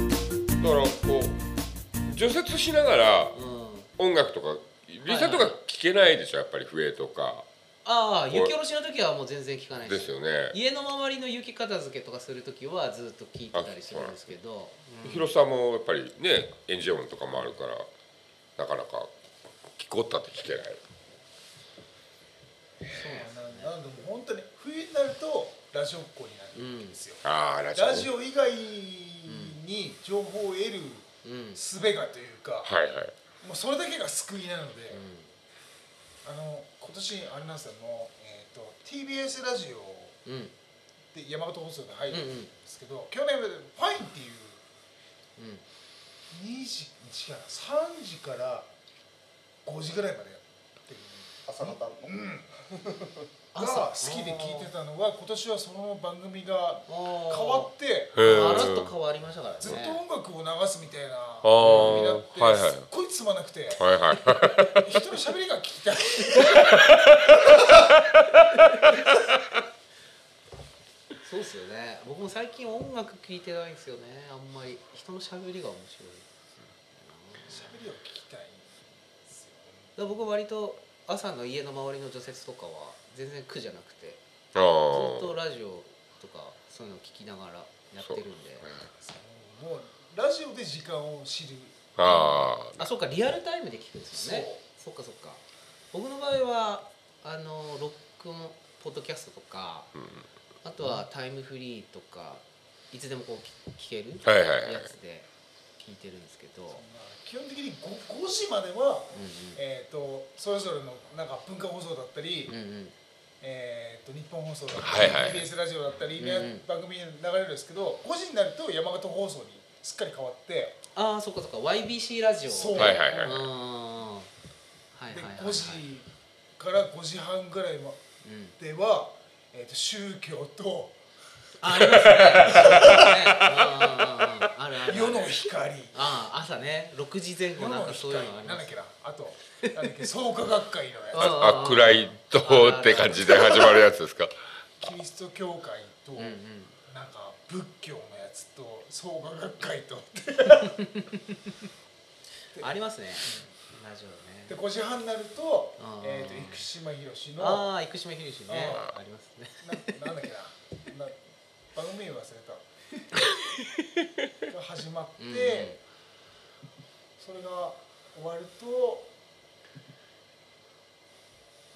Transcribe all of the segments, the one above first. だからこう除雪しながらうん音楽とかリサとか聞けないでしょやっぱり笛とかああ雪下ろしの時はもう全然聞かないですよね家の周りの雪片付けとかする時はずっと聞いてたりするんですけど、うん広さもやっぱりねエンジン音とかもあるからなかなか聞こったって聞けないななんでも本当に冬になるとラジオっ子になるわけですよ、ああラジオラジオ以外に情報を得るうん術がというか、はいはいもうそれだけが救いなので、あの今年あれなんですよあの、えー、と TBS ラジオうんうんで山形放送で入るんですけど、去年まで「ファイン」っていう2時違う3時から5時ぐらいまでやってる朝方の が好きで聞いてたのは今年はその番組が変変わわってへーガラッと変わりましたからねずっと音楽を流すみたいなー番組になって、はいはいすっごいつまなくてはいはい人の喋りが聞きたいそうっすよね僕も最近音楽聴いてないんですよねあんまり人の喋りが面白い喋りを聞きたいですよだから僕割と朝の家の周りの除雪とかは全然苦じゃなくてあずっーとラジオとかそういうのを聞きながらやってるんでもうラジオで時間を知るああそうかリアルタイムで聞くんですよねそっかそっか僕の場合はあのロックのポッドキャストとか、あとはタイムフリーとかいつでもこうき聞けるーはいはいはいやつで聞いてるんですけど、基本的に 5, 時までは、うえー、とそれぞれのなんか文化放送だったり、んうんうんうんえー、と日本放送だったり、はいはい TBS ラジオだったり、うんうん番組に流れるんですけど5時になると山形放送にすっかり変わってああそっかそっか YBC ラジオそうはいはいうんはいはいはいはいはでい5時から5時半ぐらいまうんでは、えー、と宗教とあありますねあるあるある世の光ああ朝ね6時前後世なんのかそう光いうのありなまんだすっけなあとな んだっけ創価学会のやあ暗いとって感じで始まるやつですかつキリスト教会と、うんうんなんか仏教のやつと創価学会とってありますねラジオねで5時半になると,、あーえー、と生島ひろしのああ生島ひるしねあありますねななんだっけなな番組名忘れたが始まって、うんうんそれが終わると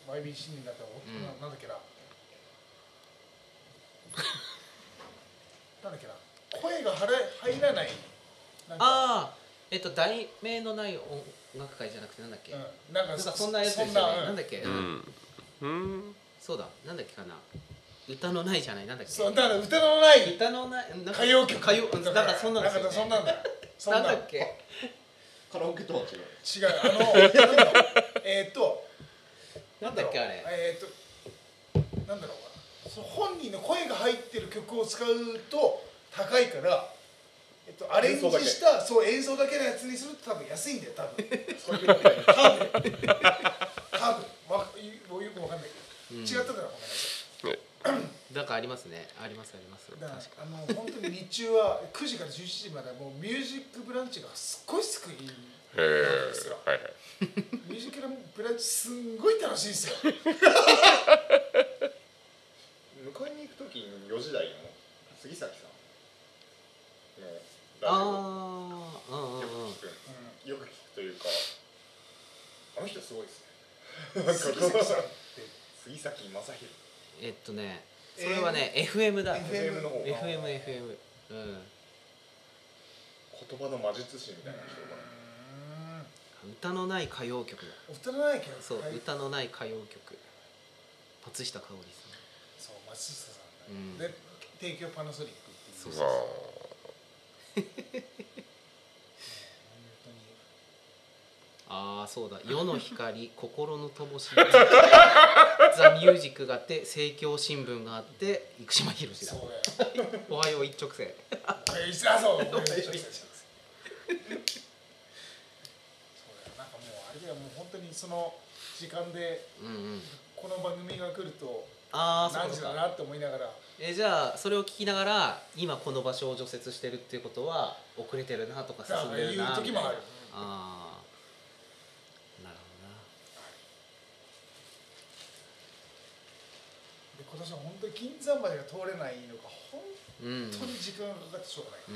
YBC になったら、んななんだっけななんだっけな声が入ら入らないなんかああえっと題名のない音楽会じゃなくてなんだっけなんかうん、なんかそんなやつですよねそんな,、うなんだっっけううんんうんそうだなんだっけかな歌のないじゃないなんだっそうけだから歌のない歌のないなんか歌謡曲歌謡うんなんかそんなのだでかすらよそんねなんだよそんななんだっけカラオケとは違う違う、あ の、なんだろうえーっと、なんだっけあれえーっと、なんだろうかな、その本人の声が入ってる曲を使うと高いから、えっと、アレンジした、そう、演奏だけのやつにすると多分安いんだよ、多分。そういうわけない多分。多分、わよよくわかんないけど、違ったからごめんなさなんかありますねありますありますい。だから確かあの本当に日中は9時から11時 までもうミュージックブランチがすっごい救いへえなんですよ。はいはいミュージカルブランチすんごい楽しいんですよ。迎えに行く時に4時台の杉崎さんのラジオああうんうんようんく聞く、よく聞くというかあの人すごいですね杉崎さんって杉崎正弘えっとねそれはね FM だ FM の方 FM FM う言葉の魔術師みたいな人かなん歌のない歌謡曲だ歌のないけどそう、はい歌のない歌謡曲松下香織そう松下さうん、んで提供パナソニックっていうそうあそう本さんああ そうだ「世の光心の灯 火」ザ・ミュージックがあって政教新聞があって生島ひろしだ当にそうだよおはよう一直線えいつだそうそうだよなんかもうあれだよもう本当にその時間でうんうんこの番組が来るとああそう何かそ時うだかなって思いながらえじゃあそれを聞きながら今この場所を除雪してるっていうことは遅れてるなとか進んでるなああいう時もあるみたいなああなるで今年は本当に金山までが通れないのが本ほどなうん当に時間がかかってしょうがない、う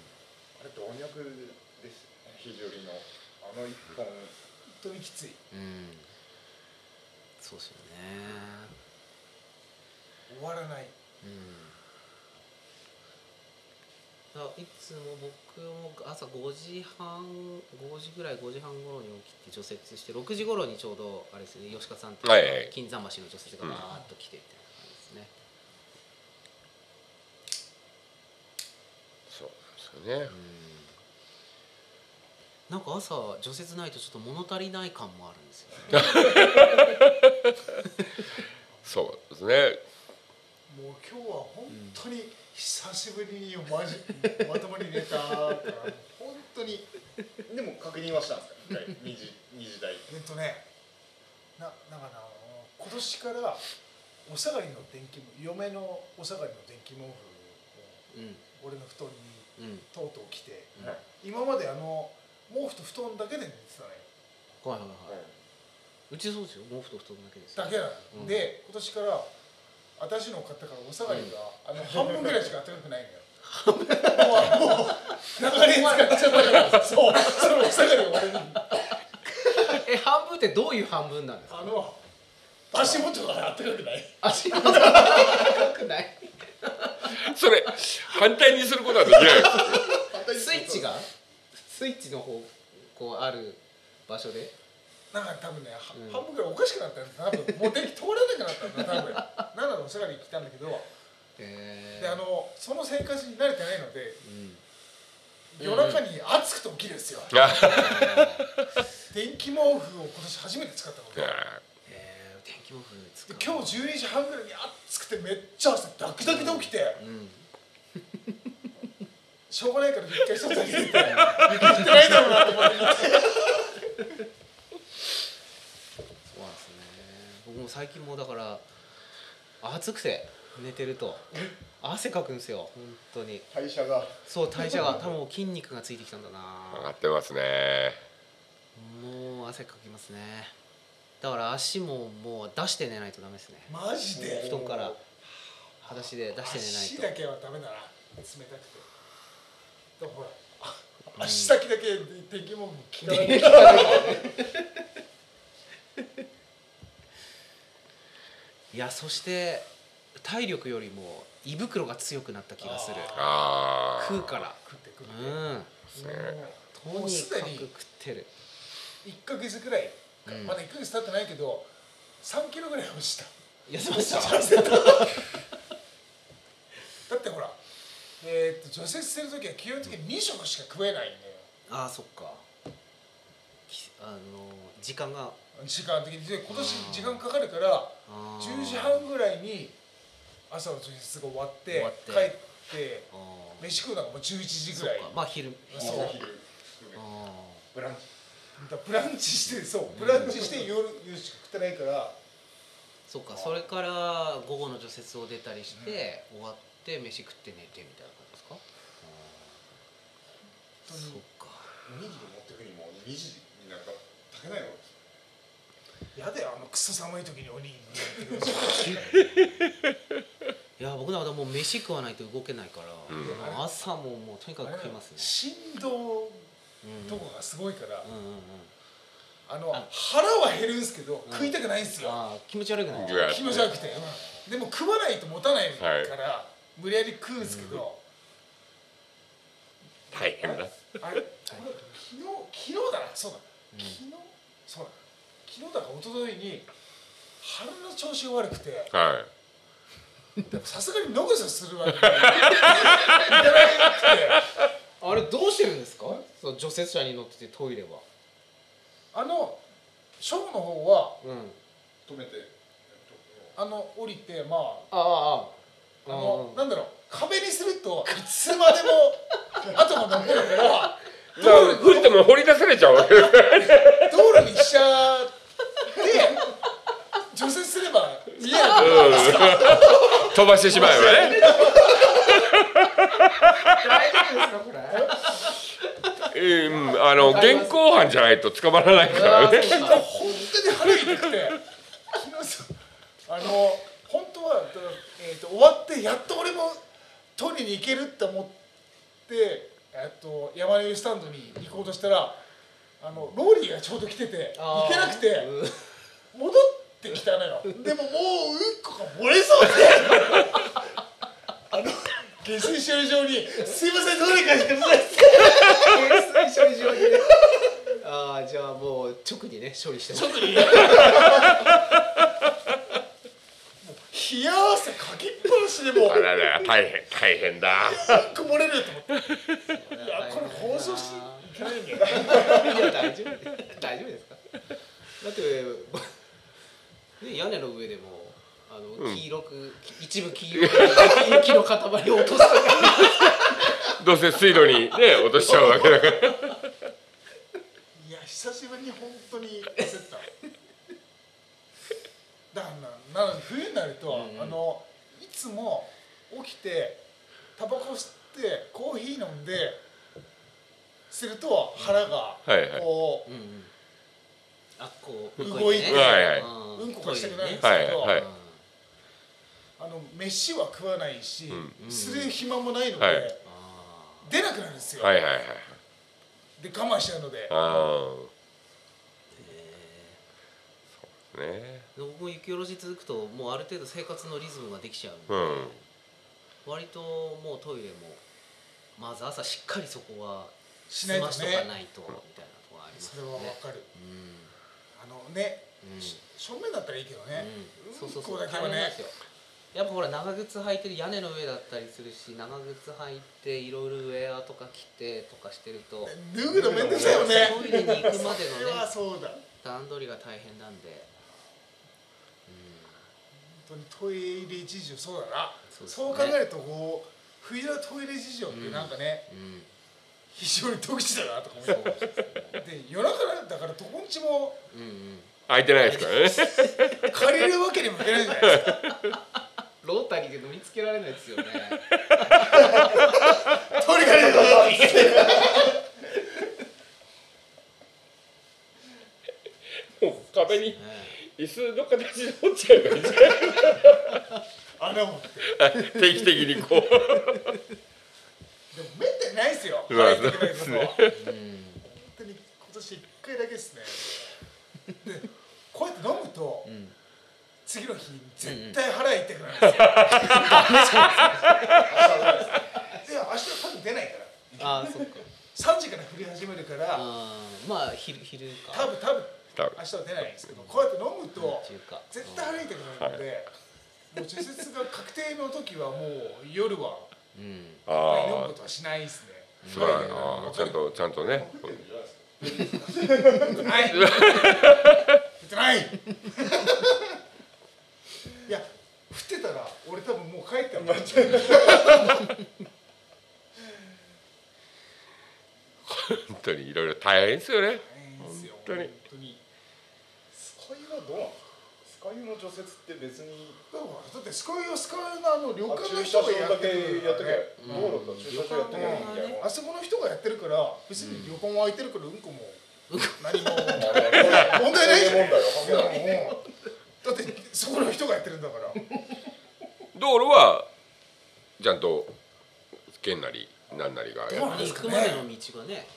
んあれ動脈ですよね肘折のあの一本本当にきついうんそうですよね終わらないうんだいつも僕も朝5時半5時ぐらい5時半頃に起きて除雪して6時頃にちょうどあれですね吉川さんとはいはい金山橋の除雪がバーッと来てみたいな感じですね、そうなんですよねなんか朝除雪ないとちょっと物足りない感もあるんですよね。そうですねもう今日は本当に久しぶりにマジまともに寝たから本当にでも確認はしたんですか一回二時二時台えっとねななんかな今年からお下がりの電気毛嫁のお下がりの電気毛布をうん俺の布団にうんとうとう来てはい今まであの毛布と布団だけで寝てたのよはいはいはい。うちそうですよ。毛布と布団だけですよ。だけなの、うんで今年から私のを買ったからお下がりが、あの半分ぐらいしか暖かくないのよもうもう長年使っちゃったからそうそのお下がりを俺にえ半分ってどういう半分なんですか。あの足元が暖かくない足の高くない。それ反対にすることはできないですスイッチがスイッチの方こうある場所で。なんか多分ね、はうん半分ぐらいおかしくなったんだ多分もう電気通れなくなったんだ多分なのでお下がりに来たんだけどでえあのその生活に慣れてないので うん。夜中に暑くて起きるんですよ、電気毛布を今年初めて使ったことでえー、天気毛布使う。今日12時半ぐらいに暑くてめっちゃ汗ダクダクで起きて、うん。しょうがないから一回外に出て 雪降ってないだろうなと思ってそうなんですね。僕も最近もうだから暑くて寝てると汗かくんですよ。本当に。代謝がそう代謝が多分筋肉がついてきたんだ上がなってますねもう汗かきますねだから足ももう出して寝ないとダメですねマジで布団から裸足で出し足て寝なだいけはダメだな冷たくてでもほらあ足先だけ電気毛布効かないといやそして体力よりも胃袋が強くなった気がするああ食うあから食ってくるねうんともうにすかでく食っにてる1か月くらい、うんまだ1か月経ってないけど3キロぐらい落ちた痩せましただってほらえー、っと除雪する時は基本的に2食しか食えないんだよああそっかきあの時間が時間的にで今年時間かかるからあー10時半ぐらいに朝の除雪が終わって終わって帰ってあー飯食うのがもう11時そぐらいっかまあ昼そう朝昼あーブランチだからブランチしてそうブランチして夜夕しか食ってないからそっかそれから午後の除雪を出たりして、終わって飯食って寝てみたいな感じですか本当にそっかおにぎり持ってくにも2時になんか炊けないのやだよあのクソ寒い時におにぎり握ってくるいや僕なんかもう飯食わないと動けないから、うんもう朝ももうとにかく食いますね振動うんとかがすごいから、うんうんうんあのあ腹は減るんですけど、うん食いたくないんですよあー気持ち悪くないいや気持ち悪くて、うんでも食わないと持たないから、はい無理やり食うんですけど、大変だあれこれ昨日昨日だなそうだ、うん昨日そうだ昨日だか一昨日に腹の調子が悪くてはいでもさすがに野ぐそするわけにいかなくてあれどうしてるんですかそう除雪車に乗っててトイレはあのショーの方はうん止めてあの降りてまああああああの、あなんだろう壁にするといつまでも後が残るからじゃあ降っても掘り出されちゃうわけです道路にしちゃって除雪すれば見えるうん飛ばしてしまえばね大丈夫ですかこ れうんあの現行犯じゃないと捕まらないからねうわーそうか本当に腹痛くて 昨日さあの本当は、えー、と終わってやっと俺もトイレに行けるって思って、えっと山根スタンドに行こうとしたらあのローリーがちょうど来ててあー行けなくてうん戻ってきたのよでももううんこが漏れそうで あの下水処理場に「すいませんトイレ貸してください」処理場にねああじゃあもう直にね処理してもらうにもう冷や汗かきっぱなしでもうあらら大変大変だ曇れると思っていやこれ放送していけないんだよいや大丈夫大丈夫ですかだって、ね、屋根の上でもあの黄色く、き一部黄色い雪の塊を落とすとかどうせ水路にね落としちゃうわけだからいや久しぶりに本当に焦った だからななので冬になると、うんあのいつも起きてタバコ吸ってコーヒー飲んですると腹がこう、はいはいうんうんあこう動いてはいはいんうんこがしたくないんですけど、はいはいあの飯は食わないし、うする暇もないので、はいあ出なくなるんですよ、はいはいはいで我慢しちゃうのでああねーで僕も雪下ろし続くともうある程度生活のリズムができちゃうんで、うん割ともうトイレもまず朝しっかりそこはしないとね済ましとかないとみたいなとこはありますそねれはわかるうんあのね、うんし正面だったらいいけどね、うんそうそうそこうだ大けは変なんねですよやっぱほら長靴履いてる屋根の上だったりするし長靴履いていろいろウェアとか着てとかしてると脱ぐのめんどくさいよねトイレに行くまでのねそれはそうだ本段取りが大変なんで、うん、当にトイレ事情そうだなそそうう,、ですね考えるとこう冬のトイレ事情ってなんかね、うん、非常に独自だなとか思いそなうがらですね。で夜中だからどこんちもうんうん。空いてないですからね 借りるわけにもいけないじゃないですかロータリーで飲みつけられないですよね。トイレ借りるのもう壁にね椅子の形で折っちゃえばいいじ穴もってゃん 定期的にこうでもめったにないですよまあ入ってくれることはうん。本当に今年一回だけですねでこうやって飲むと、ん次の日絶対腹痛くなるんですよ、いや明日多分出ないから ああ、そっか。 3時から振り始めるからああ、まあ昼昼か。多分多分多分明日は出ないんですけどこうやって飲むと中か。絶対腹痛くなるので、もう除雪が確定の時はもう夜はうん。飲む ああことはしないですねすまないあーちゃんとちゃんとねない。ってない。い や、降ってたら、俺多分もう帰ってもらっちゃう。本当にいろいろ大変ですよね本当に本当に。スカイはどうなんですかスカイの除雪って別にだから、だって、スカイオスカイのあの旅あ館の駐車人が場やだってけるやっとかけらね道路と駐車場やっとけばいいんだよあそこの人がやってるから、別に旅館は空いてるから、うんこも。何 も。問問題ないじゃん問題は関係ないだって、そこの人がやってるんだから。道路はちゃんと県なりなんなりがやどうっなてんでるす行くかねまでの道がね。どうなってますかね。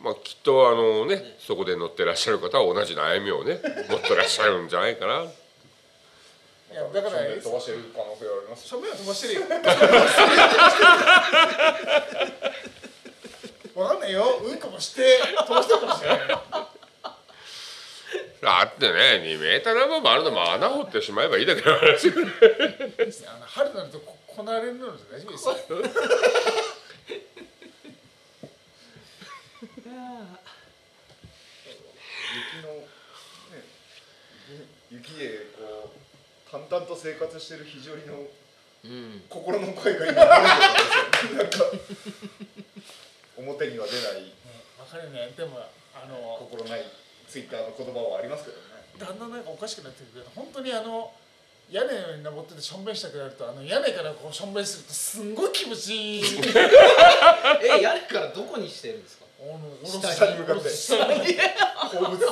まあきっとあのねそこで乗ってらっしゃる方は同じ悩みをね持ってらっしゃるんじゃないかないや、だから、照明飛ばしてる可能性はありますし正面は飛ば してるよ。わかんないよ。うんこもして飛ばしたかもしれない。だってね2メーター何本もあるのも穴掘ってしまえばいいだけの話 あの春になるとここなれるので大丈夫ですよ。雪の、ね、雪雪でこう淡々と生活してる非常にのうん。心の声が今出てるんですよなんか表には出ないわかるね。でもあの心ないツイッターの言葉はありますけどねだんだんなんかおかしくなってくるけど本当にあの屋根に登っててしょんべんしたくなるとあの屋根からこうしょんべんするとすんごい気持ちいい え屋根からどこにしてるんですかあの俺下に下に向かって下に放物線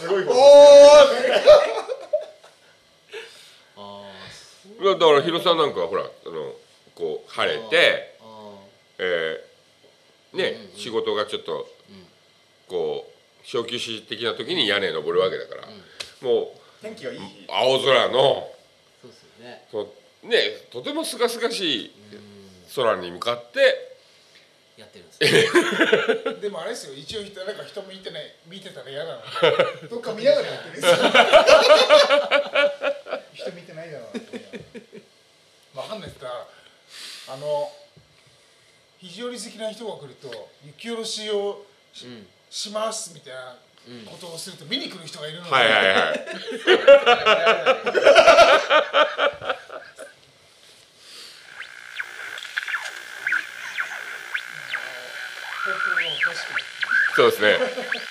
すごいおこーとあいやだから広さんなんかはほらあのこう晴れて、ああえーねうんうんうん仕事がちょっとこう小休止的な時に屋根に登るわけだから、うんも天気がいいう日青空のそうですよねそのねとても清々しいうん空に向かってやってるん ですねでもあれですよ一応人なんか人見てない見てたら嫌だなどっか見ながらやってる人見てないだろうなと思いながらわかんないですからあの肘折り好きな人が来ると雪下ろしをし,、うんますみたいなうんことをすると見に来る人がいるので、はいはいはい本当にもうおかしくなってそうですね